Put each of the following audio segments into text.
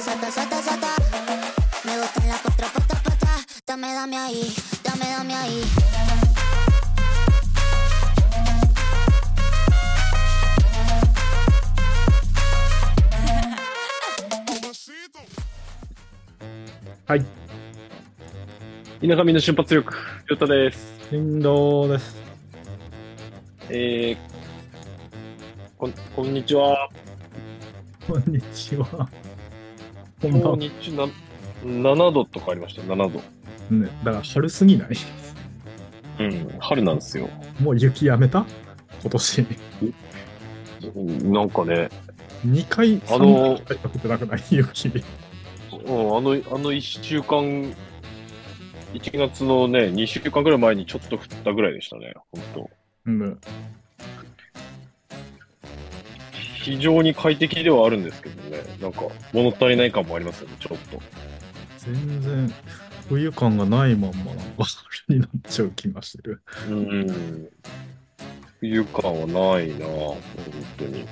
sata, sata, sata. Me gustan las cuatro patas, patas. Dame, dame ahí, dame, dame ahí. う。はい。皆さんみんな瞬発力、ゆうたです。振動です。えー、こん、こんにちは。こんにちは。こんばんもうは。日中な、7度とかありましたよ、7度。ね、だから春すぎない うん、春なんですよ。もう雪やめた今年。うんなんかね、 2回、あの3ー回降ってなくない雪。うん、あの、あの1週間、1月のね、2週間ぐらい前にちょっと降ったぐらいでしたね、本当うん。非常に快適ではあるんですけどね、なんか、物足りない感もありますよね、ちょっと。全然、冬感がないまんまなんか春になっちゃう気がしてる。うん。冬感はないな、本当に。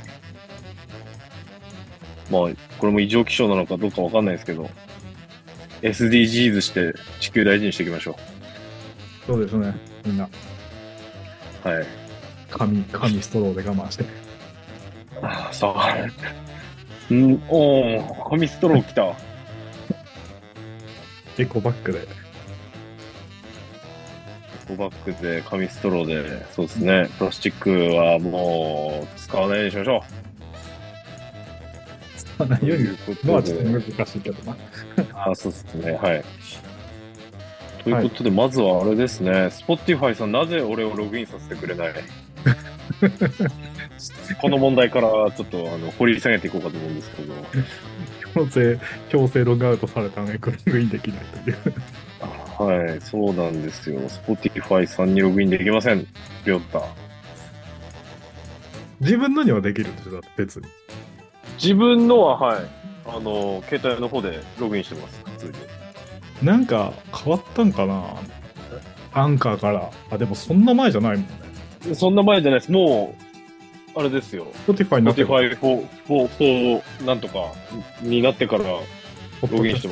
まあ、これも異常気象なのかどうかわかんないですけど、SDGs して地球大事にしていきましょそうですね。みんな、う。はい。紙、紙ストローで我慢して。ああ、さあ。うん、おお、紙ストロー来た。エコバッグで。エコバッグで、紙ストローで、そうですね。プラスチックはもう使わないようにしましょまあ、う。何よりということでのはちょっと難しいけどな。あ、そうですね。はい。ということで、まずはあれですね、Spotify さん、なぜ俺をログインさせてくれない この問題からちょっとあの掘り下げていこうかと思うんですけど、強制、強制ログアウトされたのにクログインできないという。はい、そうなんですよ。Spotify さんにログインできません、りょうた。自分のにはできるんでしょだって別に。自分のは、はい、あの、携帯の方でログインしてます、普通に。なんか変わったんかなアンカーから。あ、でもそんな前じゃないもんね。そんな前じゃないです。もう、あれですよ。 Spotify になってる Spotify 4、4、4なんとかになってから、ポッドキャストログインし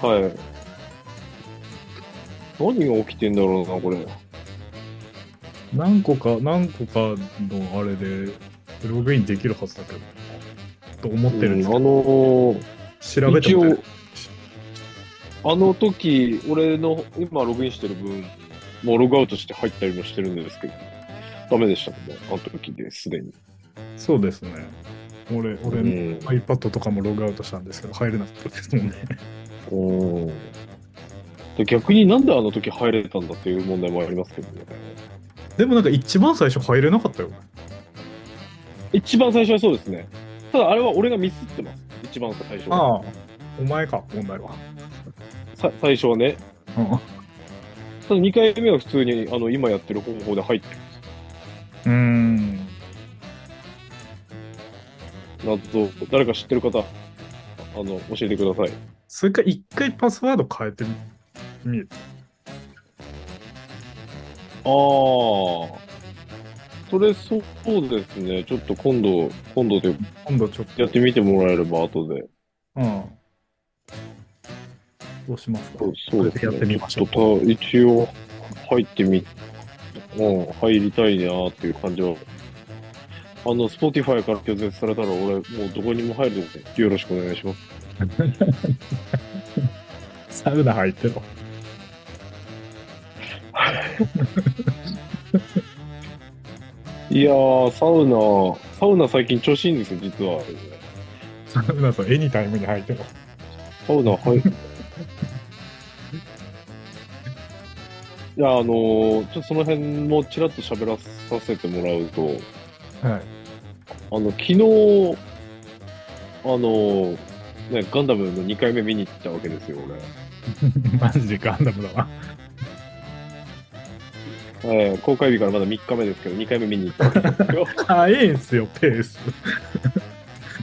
てはい。何が起きてんだろうな、これ。何個か、何個かのあれで、ログインできるはずだけど。と思ってるんですうんあのけど、ー調べて一も応ね、あの時、俺の今ログインしてる分、もうログアウトして入ったりもしてるんですけど、ダメでしたもんね、あの時ですでに。そうですね。俺、俺のん iPad とかもログアウトしたんですけど、入れなかったですもんね。うんで逆になんであの時入れたんだっていう問題もありますけどね。でもなんか一番最初入れなかったよ。一番最初はそうですね。ただあれは俺がミスってます。一番最初は。ああ、お前か、問題は。さ最初はね。ただ2回目は普通にあの今やってる方法で入ってるんです。うん。うん。謎、誰か知ってる方、あの、教えてください。それか一回パスワード変えてみる。ああ。それ、そうですね。ちょっと今度、今度で今度ちょっと。やってみてもらえれば、後で。うん。どうしますかそうですねやってみましょうちょっと、一応、入ってみ、うん、入りたいなーっていう感じは。あの、Spotify から拒絶されたら、俺、もうどこにも入るので、よろしくお願いします。サウナ入ってろ。いやー、サウナ、サウナ最近調子いいんですよ、実は。サウナとエニタイムに入ってろ。サウナ、はい。いや、あのーちょっとその辺もちらっと喋らさせてもらうと、はい。あの、昨日、あのーね、ガンダムの2回目見に行ったわけですよ、マジでガンダムだな。俺。えー公開日からまだ3日目ですけど、2回目見に行ったわけですよ。早いんすよ、ペース。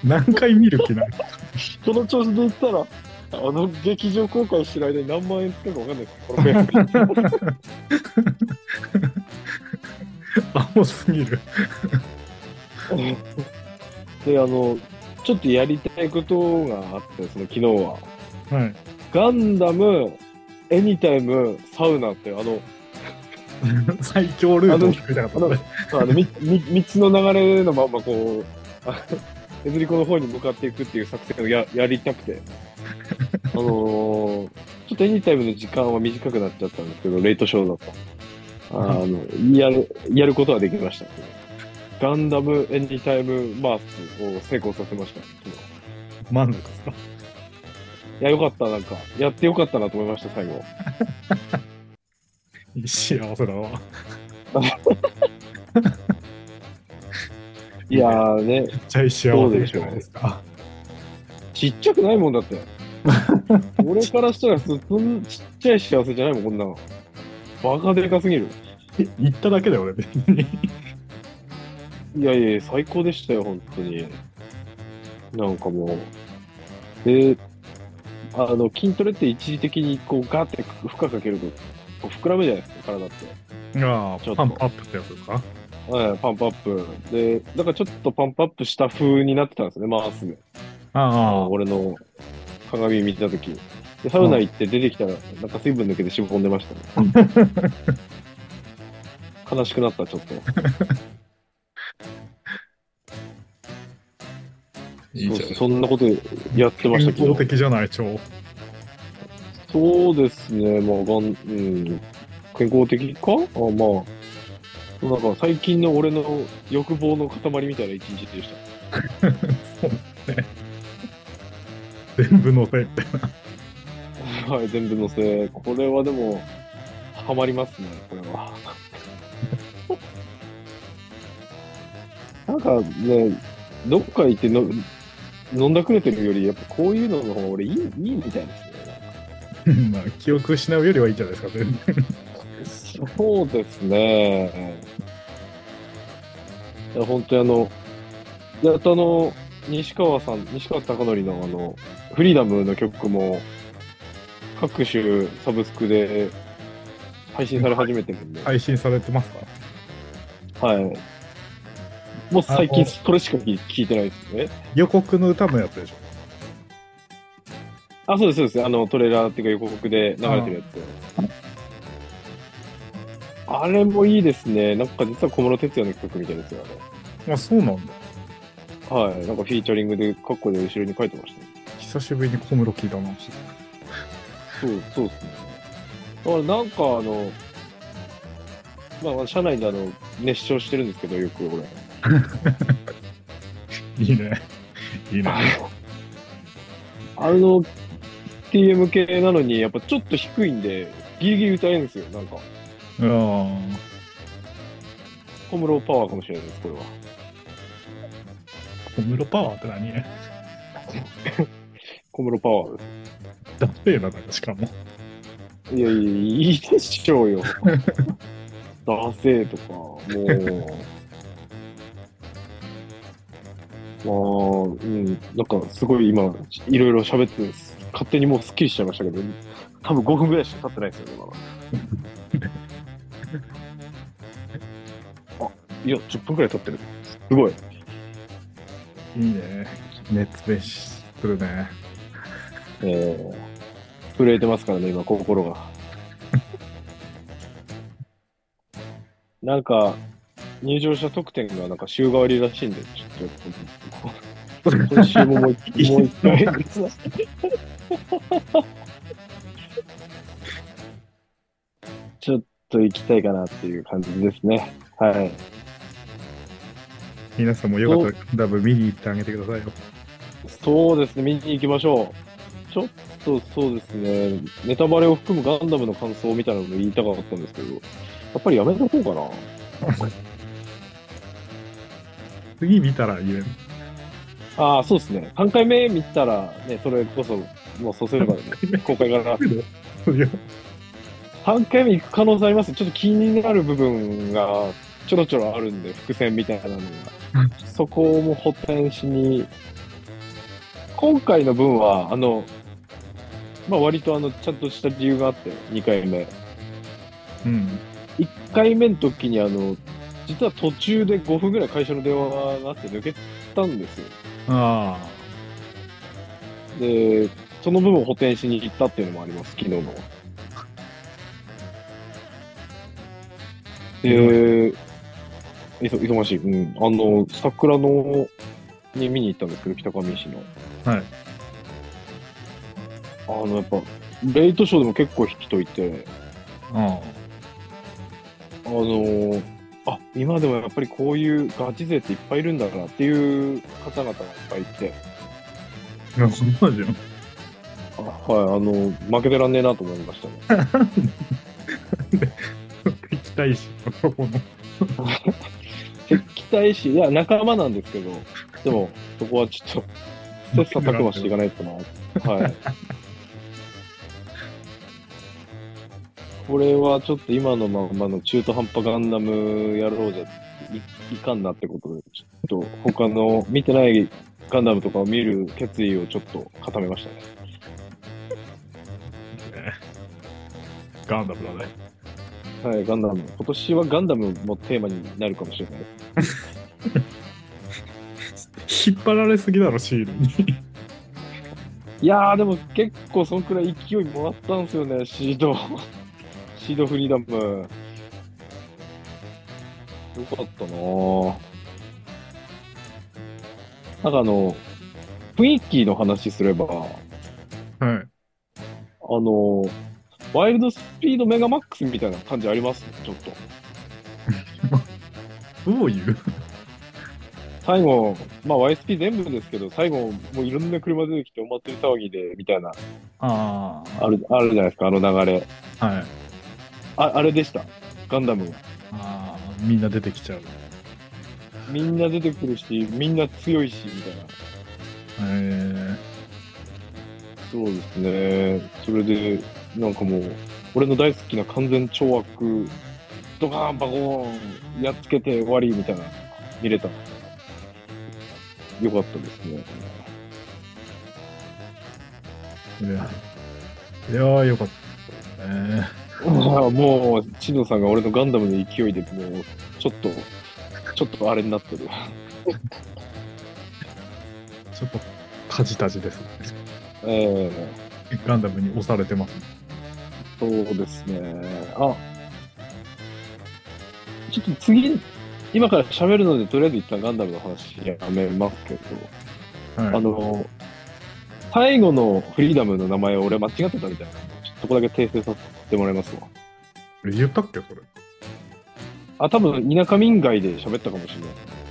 何回見る気ない。その調子で言ったら、あの劇場公開してる間に何万円使うか分かんないですけど、このペア青すぎる。で、あの、ちょっとやりたいことがあって、その昨日は。はい。ガンダム、エニタイム、サウナっていう、あの、最強ルートを聞くじゃなかあったの、あのみみ道の流れのまんまこう、 あエズリコの方に向かっていくっていう作戦をややりたくて。あのーちょっとエニタイムの時間は短くなっちゃったんですけど、レイトショーだと。あーあの、やる、やることはできました。ガンダムエニタイムマースを成功させました。満足ですかいや、よかった、なんか。やってよかったなと思いました、最後。幸せだわ。いやーね、めっちゃ幸せじゃないですか。ちっちゃくないもんだって。俺からしたらす、そんちっちゃい幸せじゃないもん、こんなの。バカでかすぎる。行っただけだよ、俺、別に。いやいや、最高でしたよ、本当に。なんかもう。で、あの、筋トレって一時的にこうガーって負荷かけると、こう膨らむじゃないですか、体って。あちょあ、っとパンプアップってやつですかはい、パンプアップ。で、だからちょっとパンプアップした風になってたんですよね、マースで。ああ、俺の鏡見たとき。で、サウナ行って出てきたら、なんか水分抜けてしぼんでまし た、ね。悲しくなった、ちょっと。いいじゃそうそんなことやってまん。した健けど康。的じゃない、超。そうですね、まあ、がんうん、健康的かあまあ、なんか最近の俺の欲望の塊みたいな一日でした。全部乗せって。はい、全部乗せ。これはでも、ハマりますね、これは。 なんかね、どっか行っての飲んだくれてるより、やっぱこういうのの方が俺いい、いいみたいまあ、記憶失うよりはいいじゃないですか、全然。ですね。そうですね。いや、本当にあの、やっとあの、西川さん、西川貴教のあの、フリーダムの曲も、各種サブスクで配信され始めてるんで。配信されてますかはい。もう最あ近のそれしか聞聞いてないですね。予告の歌のやつでしょ。あ、そうです、そうです。あの、トレーラーっていうか予告で流れてるやつ。あれもいいですね。なんか実は小室哲哉の曲みたいですよ、あまあ、そうなんだ。れ。はい。なんかフィーチャリングで、カッコで後ろに書いてましたね。久しぶりに小室聞いたな。そう、そうですね。だからなんかあの、まあ、社内であの、熱唱してるんですけど、よく俺。いいね。 いいね。 あの、TM 系なのに、やっぱちょっと低いんで、ギリギリ歌えるんですよ、なんか。ああ。小室パワーかもしれないです、これは。小室パワーって何ね小室パワーでだってな、なんかしかも。す。いやいや、いいでしょうよ。ダセーとか、もう。まあ、うん、なんかすごい今、いろいろ喋ってます、勝手にもうスッキリしちゃいましたけど、多分5分ぐらいしか経ってないですよね、まだ。あ、いや、10分ぐらい経ってる。すごい。いいね。熱弁するね。えー、震えてますからね、今、心が。 なんか、入場者特典がなんか週替わりらしいんで、ちょっと、今週ももう一もう 一回。 ちょっと行きたいかなっていう感じですね。はい。皆さんもよかったら、ダブ見に行ってあげてくださいよ。そうですね、見に行きましょう。ちょっとそうですね、ネタバレを含むガンダムの感想みたいなのも言いたかったんですけど、やっぱりやめとこうかな。次見たら言える。ああ、そうですね。3回目見たら、ね、それこそ、もうそうすればね、公開からいや3回目行く可能性あります。ちょっと気になる部分がちょろちょろあるんで、伏線みたいなのが。そこも補填しに、今回の分は、あの、まあ割とあの、ちゃんとした理由があって、2回目。うん。 1回目の時にあの実は途中で5分ぐらい会社の電話があって抜けたんですよああ。で、その部分を補填しに行ったっていうのもあります、昨日の。えいそ忙しい。うん。あの、桜の、に見に行ったんですけど、北上市の。はい。あの、やっぱ、レイトショーでも結構人いて、ああのーあ、今でもやっぱりこういうガチ勢っていっぱいいるんだなっていう方々がいっぱいいて、あ。いや、そんなじゃん。あはい、あの、負けてらんねえなと思いましたね。行きたいし、ここの。 敵対し、いや、仲間なんですけど、でも、そこはちょっと、切磋琢磨していかないとな。はい。これはちょっと今のままの中途半端ガンダムやろうじゃいいかんなってことで、ちょっと他の見てないガンダムとかを見る決意をちょっと固めましたね。ガンダムだね。はい、ガンダム。今年はガンダムもテーマになるかもしれない。引っ張られすぎだろ、シールに。いやー、でも結構そのくらい勢いもらったんですよね、シード。 シードフリーダム。よかったなぁ。なんかあの、雰囲気の話すれば、あはい。の、ワイルドスピードメガマックスみたいな感じありますちょっと。どういう最後、まあ YSP 全部ですけど、最後、もういろんな車出てきてお祭り騒ぎで、みたいな、あある、あるじゃないですか、あの流れ。あ。はい。あ、あれでした。ガンダムが。ああ、みんな出てきちゃう。みんな出てくるし、みんな強いし、みたいな。えー、そうですね。それで、なんかもう、俺の大好きな完全懲悪、ドカーン、バコーン、やっつけて終わり、みたいな、見れた。よかったですね。 いや、いやーよかったね。ああもう、チノさんが俺のガンダムの勢いで、もう、ちょっと、ちょっとあれになってる。ちょっと、タジタジですね。ええガンダムに押されてます、ね。そうですね。あ、ちょっと次、今から喋るので、とりあえず一旦ガンダムの話やめますけど、はい。あの、最後のフリーダムの名前を俺間違ってたみたいなのでちょっとそこだけ訂正させてもらいますわ。俺言ったっけ、それ。あ、多分、田舎民街で喋ったかもし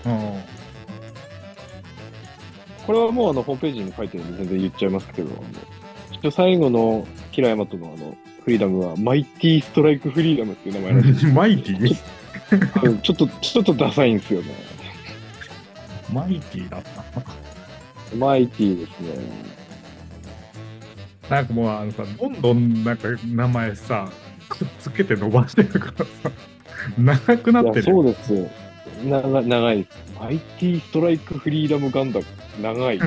れない。あこれはもうあの、ホームページにも書いてるんで全然言っちゃいますけど、あの一応最後のキラヤマトのあの、フリーダムは、マイティーストライクフリーダムっていう名前なん であ。マイティうんちょっと、ちょっとダサいんですよね。マイティだった。マイティーですね。なんかもうあのさ、どんどんなんか名前さ、くっつけて伸ばしてるからさ、 長くなっいてるやそよ。うですよ。なが長いです。マイティストライクフリーダムガンダム、長い。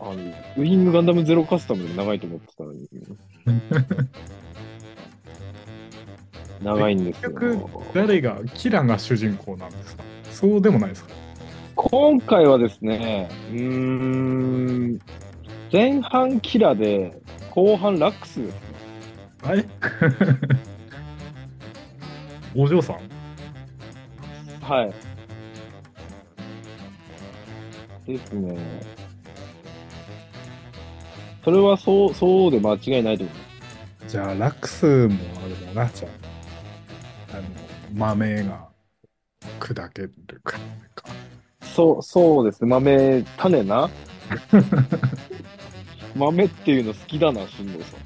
あの、ウイングガンダムゼロカスタムでも長いと思ってたの に。長いんですよ結。局誰が、キラが主人公なんですかそうでもないですか今回はですね、うーん、前半キラで、後半ラックスですね。あれ お嬢さんはい。ですね。それはそう、そうで間違いないと思いまじゃあ、ラックスもあれだな、じゃあ。あの、豆が砕けるか。す。そう、そうですね。豆、種な。 豆っていうの好きだな、しんどさん。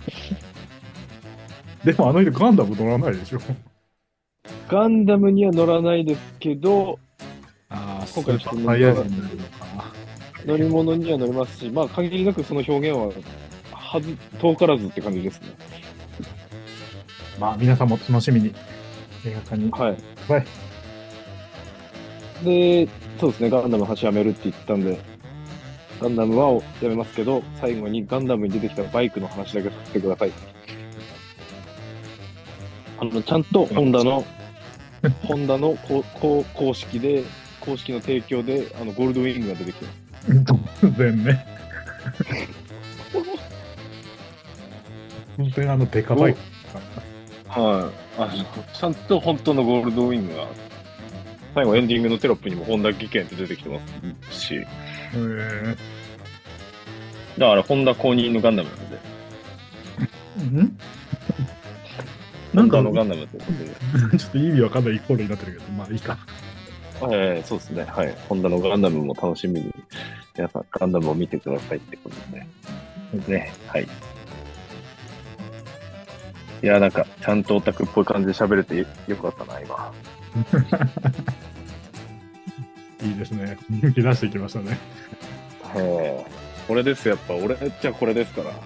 でもあの人ガンダム乗らないでしょ。ガンダムには乗らないですけど、ああ、今回ちょっとサイヤ人になるのかな。乗り物には乗りますし、まあ、限りなくその表現は、はず、遠からずって感じですね。まあ、皆さんも楽しみに映画館に。はい。はい。で、そうですね、ガンダムの話やめるって言ったんで、ガンダムはやめますけど、最後にガンダムに出てきたバイクの話だけさせてください。あの、ちゃんとホンダの、ホンダのこうこう公式で、公式の提供で、あの、ゴールドウィングが出てきてます。突然ね。突然あのデカバイクはい。あの、ちゃんと本当のゴールドウィングが、最後エンディングのテロップにも本田技研って出てきてますし、えだから本田公認のガンダムなんで、ーんなんか本田のガンダムってことで。ちょっと意味わかんないイコールになってるけど、まあいいか。ええそうですね。はい。ホンダのガンダムも楽しみに、皆さんガンダムを見てくださいってことですね。ね。はい。いや、なんか、ちゃんとオタクっぽい感じで喋れてよかったな、今。いいですね。勇気出してきましたね。はい。これです、やっぱ。俺っちゃこれですから。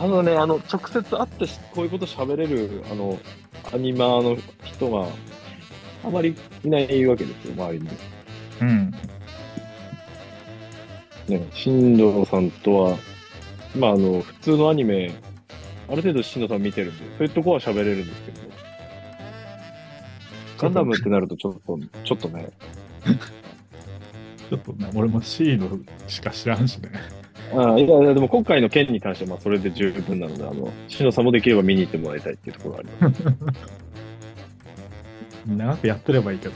あのね、あの、直接会ってしこういうこと喋れる、あの、アニマーの人が、あまりいないわけですよ、周りに。うん。ね、新藤さんとは、まあ、あの、普通のアニメ、ある程度新藤さん見てるんで、そういうとこは喋れるんですけど、ガンダムってなるとちょっと、ちょっとね、ちょっとね、俺も C のしか知らんしね。ああいやいや、でも今回の件に関しては、まあ、それで十分なので、あの、新藤さんもできれば見に行ってもらいたいっていうところがあります。長くやってればいいけど。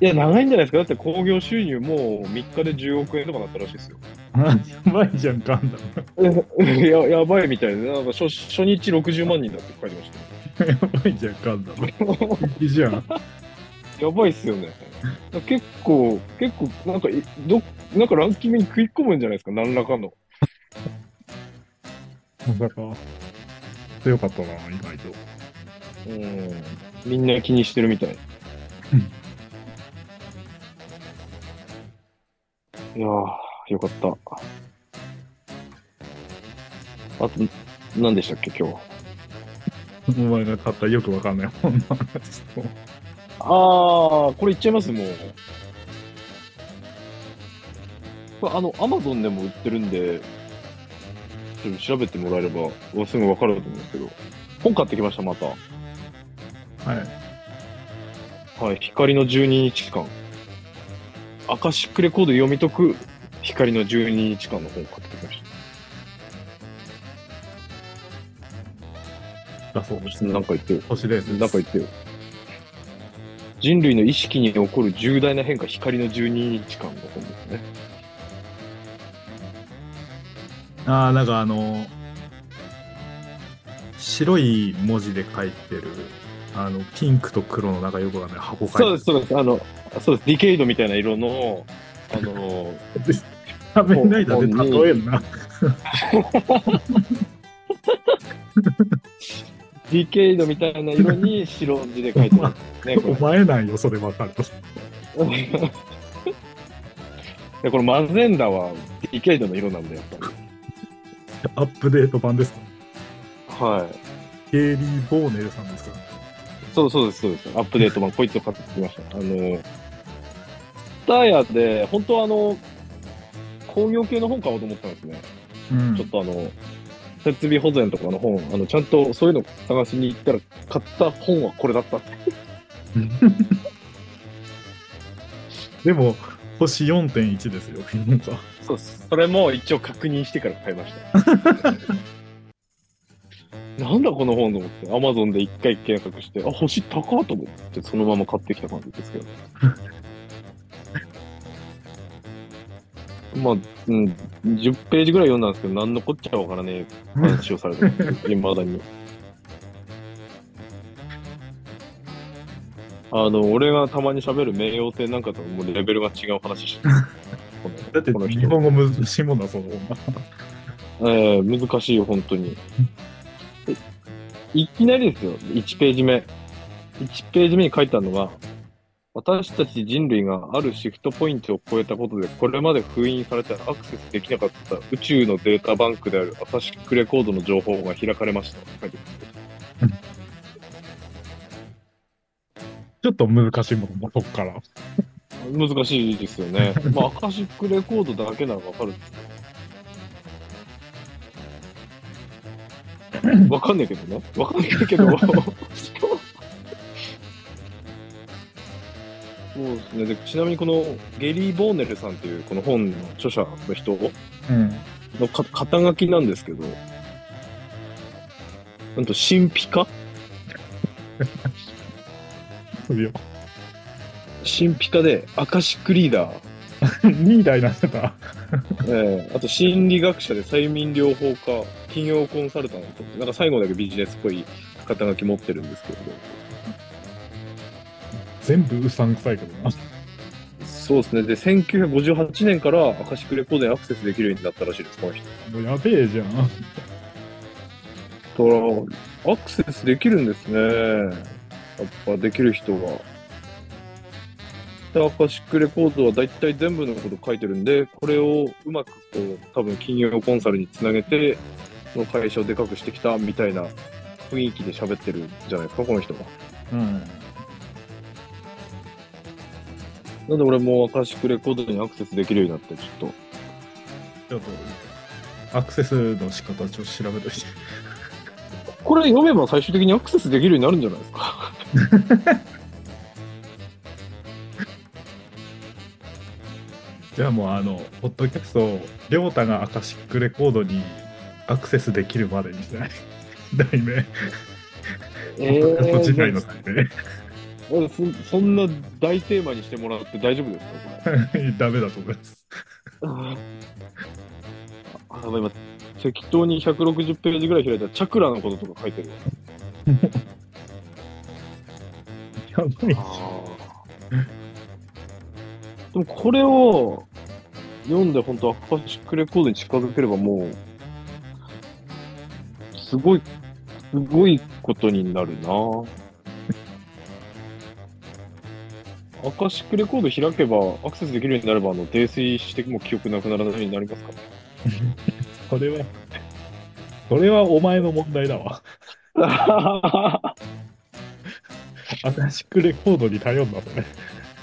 いや、長いんじゃないですか。だって興行収入もう3日で10億円とかなったらしいですよ。やばいじゃん、ガンダ や、やばいみたいで、なんか初初日60万人だって書いてましたよ。ム。やばいじゃん、ガンダム。いいじゃん。やばいっすよね。結構、結構、なんかい、ど、なんかランキングに食い込むんじゃないですか、何らかの。まさか。強かったな、意外と。うん。みんな気にしてるみたい。いやー、よかった。あと、何でしたっけ、今日。お前が買ったよくわかんない本の話と。あー、これいっちゃいます、もう。これ、あの、アマゾンでも売ってるんで、ちょっと調べてもらえれば、すぐわかると思うんですけど、本買ってきました、また。はい。はい、光の12日間。アカシックレコード読み解く光の12日間の本を買ってきましだそうですた。。なんか言ってよ。都市伝説。なんか言ってよ。人類の意識に起こる重大な変化、光の12日間の本ですね。ああ、なんかあの、白い文字で書いてる、あの、ピンクと黒のなんかよくわかんない箱書いてそうです、そうです。あの、そうです。ディケイドみたいな色の、あの、仮面ライダーで例えんな。ディケイドみたいな色に白字で書いてますね、こおれ。前なんよ、それわかると。 でこのマゼンダはディケイドの色なんで、やっぱり。アップデート版ですかはい。ケイリー・ボーネルさんですかそうそうです、そうです。アップデート版、こいつを買ってきました。あの、スターヤで、本当はあの、工業系の本買おうと思ったんですね。うんちょっとあの、設備保全とかの本、あの、ちゃんとそういうの探しに行ったら、買った本はこれだったって。 でも、星4.1ですよ、なんか。そうそれも一応確認してから買いました。なんだこの本と思って、アマゾンで一回検索して、あ、星高っと思って、そのまま買ってきた感じですけど。まあ、うん、10ページぐらい読んだんですけど、何のこっちゃわからねえ話をされてます、いまだに。あの、俺がたまに喋る名誉帝なんかともうレベルが違う話してるこのだって、この日人本語難しいもんだ、その女。ええ難しいよ、本当に。えいきなりですよ、1ページ目。1ページ目に書いてあるのが、私たち人類があるシフトポイントを超えたことで、これまで封印されてアクセスできなかった宇宙のデータバンクであるアタシックレコードの情報が開かれました。書いてうんちょっと難しいもん、もそっから。ある難しいですよね。まあ、アカシックレコードだけならわかるんですけど。わかんないけどね。わかんないけど。そうですね。でちなみにこのゲリー・ボーネルさんっていうこの本の著者の人うん。のか肩書きなんですけど、なんと神秘家そうよ。神秘家でアカシックリーダー、リーダーになってた。ええあと心理学者で催眠療法家、企業コンサルタント、なんか最後だけビジネスっぽい肩書き持ってるんですけど、全部うさんくさいけどな。そうですね。で、1958年からアカシックレコードにアクセスできるようになったらしいです、この人。もうやべえじゃん。だから、アクセスできるんですね。やっぱできる人が。で、アカシックレコードは大体全部のこと書いてるんで、これをうまくこう、多分金融コンサルにつなげて、この会社をでかくしてきたみたいな雰囲気で喋ってるんじゃないですか、この人が。うん。なんで俺もアカシックレコードにアクセスできるようになって、ちょっと。ちょっと、アクセスの仕方ちょっと調べといて。これ読めば最終的にアクセスできるようになるんじゃないですか。じゃあもうあの、ポッドキャストを、りょうたがアカシックレコードにアクセスできるまでにしない。題名。えポッドキャスト時代の 題そそんな大テーマにしてもらって大丈夫ですかこれ。名。 ダメだと思います。ああの今適当に160ページぐらい開いたらチャクラのこととか書いてるわやばい。でもこれを読んで本当アカシックレコードに近づければもうすごいすごいことになるなアカシックレコード開けばアクセスできるようになればあの泥酔してもう記憶なくならないようになりますかそれは、それはお前の問題だわ。らアカシックレコードに頼んだそ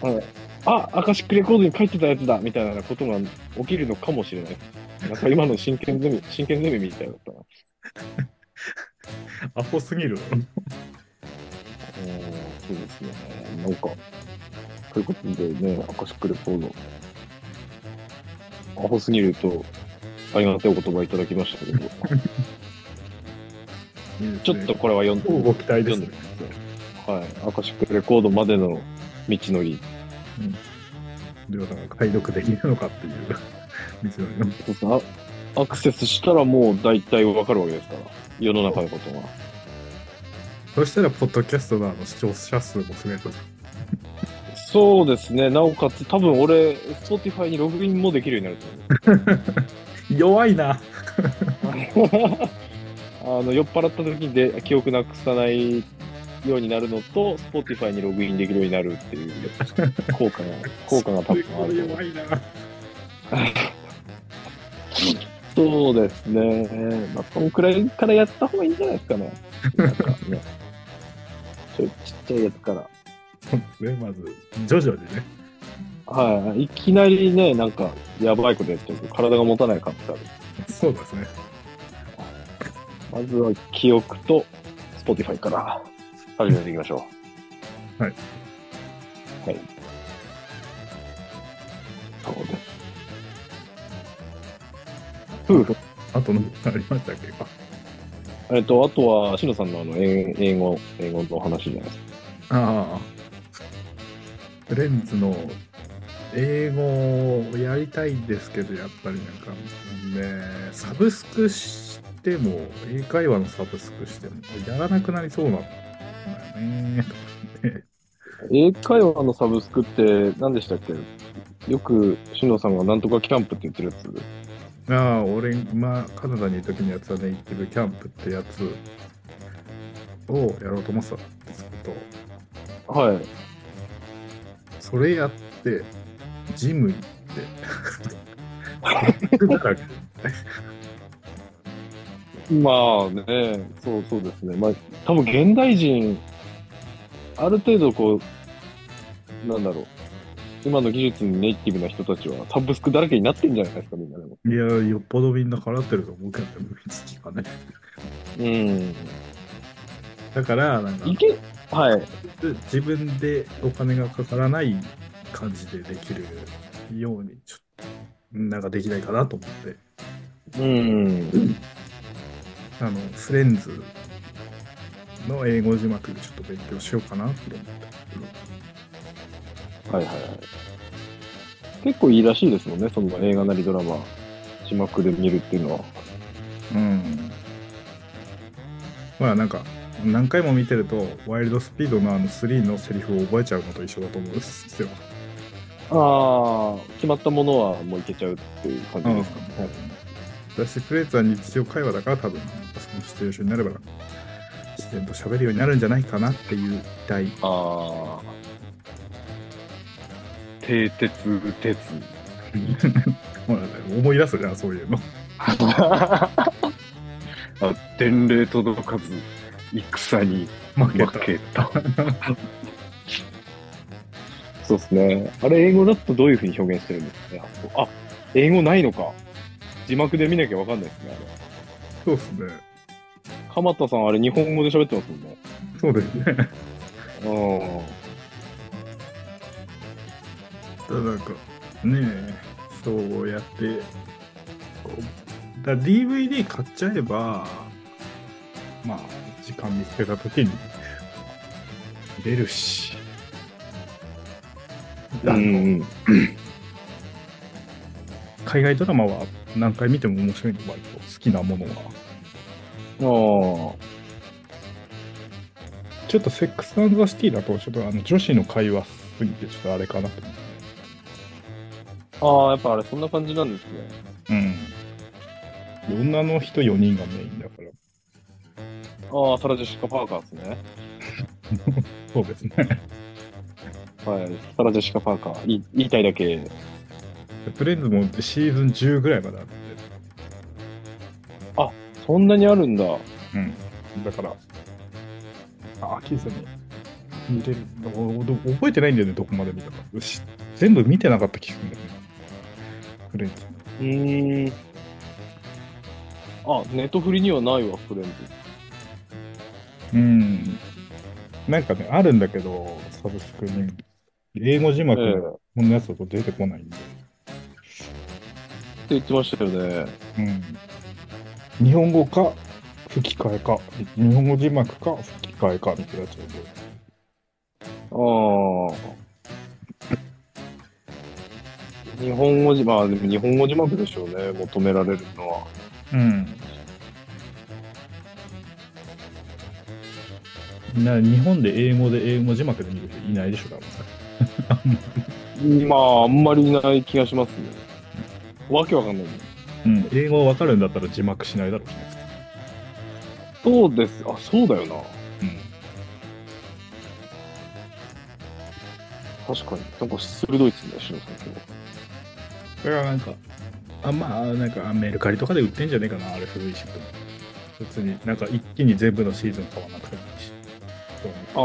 れ。あ、アカシックレコードに書いてたやつだみたいなことが起きるのかもしれない。なんか今の真剣ゼ ミ、真剣ゼミみたいだったな。アホすぎるだろ。そうですね。なんか、そういうことでね、アカシックレコード。アホすぎると、ありがたいお言葉いただきましたけ ど、ちょっとこれは読ん乞うで、ご期待で読すんでねみ。ますはい。アカシックレコードまでの道のり。りょうたが解読できるのかっていう。 見せられるそうですねあアクセスしたらもう大体わかるわけですから、世の中のことが。そしたら、ポッドキャストのあの視聴者数も増える。そうですね、なおかつ、多分俺、Spotify にログインもできるように弱いな。なると思う。 あの酔っ払った時にで記憶なくさないようになるのと、Spotify にログインできるようになるっていう効果が、効果が多分あると思う。弱いな。そうですね、まあ、このくらいからやった方がいいんじゃないですかね。なんかねちょちっちゃいやつから。ね、まず、徐々にね。はい、いきなりね、なんか、やばいことやっちゃうと、体が持たない感じがある。そうですね。まずは記憶と Spotify から始めていきましょう。はい。はい。そうです。夫婦。あと、何かありましたっけか。えっと、あとは、しのさんのあの、英英語、英語の話じゃないですか。ああ。レンズの英語をやりたいんですけど、やっぱりなんかね、サブスクしても、英会話のサブスクしても、やらなくなりそうなんだよね。英会話のサブスクって何でしたっけよく、しのさんがなんとかキャンプって言ってるやつ。ああ、俺、まあ、カナダにいる時のやつはネイティブキャンプってやつをやろうと思ってたんですけど、はい。それやって、ジム行って、 だからまあね、そうそうですね。まあ、多分現代人、ある程度こう、なんだろう。今の技術にネイティブな人たちはサブスクだらけになってんじゃないですか、みんなでも。いや、よっぽどみんな払ってると思うけど、無意識がね。うん。だから、なんか、いけ、はい。自分でお金がかからない感じでできるようにちょっとなんかできないかなと思ってうん。あのフレンズの英語字幕ちょっと勉強しようかなって思ってはいはいはい。結構いいらしいですもんね、その映画なりドラマ、字幕で見るっていうのは。うんまあなんか何回も見てるとワイルドスピードのあの3のセリフを覚えちゃうのと一緒だと思うんですよ、ああ、決まったものはもういけちゃうっていう感じうんですか、ね。私フレーズは日常会話だから多分なんかそのシチュエーションになれば自然と喋るようになるんじゃないかなっていう期待 ああ。蹄鉄、鉄。ほら思い出すじゃんそういうのあ、伝令届かず、戦に負けたた。そうですね。あれ、英語だとどういうふうに表現してるんですかね。あ、英語ないのか。字幕で見なきゃわかんないですね。そうですね鎌田さん、あれ、日本語で喋ってますそもんね。うですねうただなんかねえそうやってこうだ DVD 買っちゃえばまあ時間見つけた時に出るしあのん。海外ドラマは何回見ても面白いの割と好きなものはあちょっとセックスアンドザシティだとちょっとあの女子の会話すぎてちょっとあれかなと思ってあ。ああ、やっぱあれ、そんな感じなんですね。うん女の人4人がメインだからああ、サラ・ジェシカ・パーカーですね。そうですねはい。サラ・ジェシカ・パーカー。い言いたいだけ。フレンズもシーズン10ぐらいまであってそんなにあるんだ。うんだからあ飽きずに見れるおど覚えてないんだよねどこまで見たかよし全部見てなかった気がするんだよねフレンズうーん。あ、ネットフリにはないわ、フレンズ。うんなんかねあるんだけどサブスクに英語字幕ええのこのやつだと出てこないんで、って言ってましたよね。うん、日本語か吹き替えか日本語字幕か吹き替えかみたいなやつでああ。日本語字、まあでも日本語字幕でしょうね、求められるのは。うんな日本で英語で英語字幕で見る人いないでしょ多分まあ、あんまりいない気がしますね。わけわかんない。うん、英語わかるんだったら字幕しないだろうしねそうです。あ、そうだよな。確かに。なんか鋭いっすね、篠さん今日。だからなんかあまあなんかメルカリとかで売ってんじゃねえかなあれ古いし別になんか一気に全部のシーズン買わなくてもいいしああ。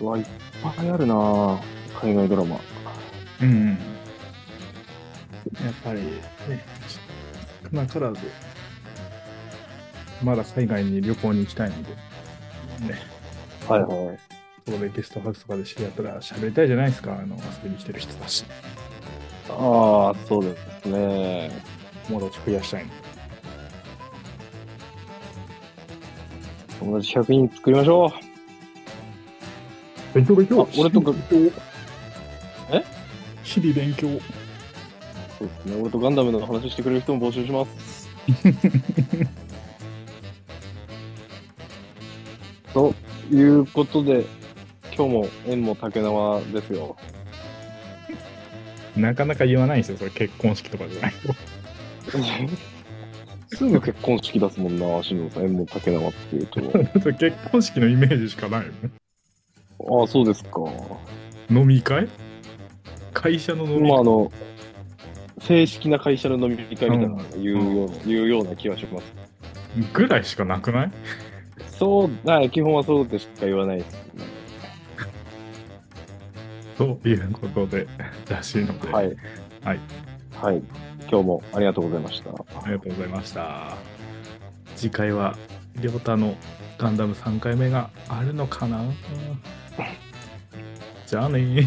うわ、いっぱいあるな海外ドラマ。うんやっぱりね少なからずまだ海外に旅行に行きたいのでねはいはい。そこでゲストハウスとかで知り合ったら喋りたいじゃないですかあの遊びに来てる人たちああ、そうですね。友達増やしたいの友達100人作りましょう。勉強勉強あ俺とか日々勉強日々え勉強そうですね。俺とガンダムの話してくれる人も募集します。 ということで、今日も縁も竹縄ですよ。なかなか言わないんですよそれ結婚式とかじゃない とすぐ結婚式出すもんな、新藤さん。縁も竹縄っていうと。 そう結婚式のイメージしかないよね。ああ、そうですか。飲み会会社の飲みまあ、会あの、正式な会社の飲み会みたいなのを言うような、言うような気はします。ぐらいしかなくない そう、はい、基本はそうでしか言わないですね。ということで、らしいので、はい。はい。はい。今日もありがとうございました。ありがとうございました。次回は、りょうたのガンダム3回目があるのかなじゃあねー。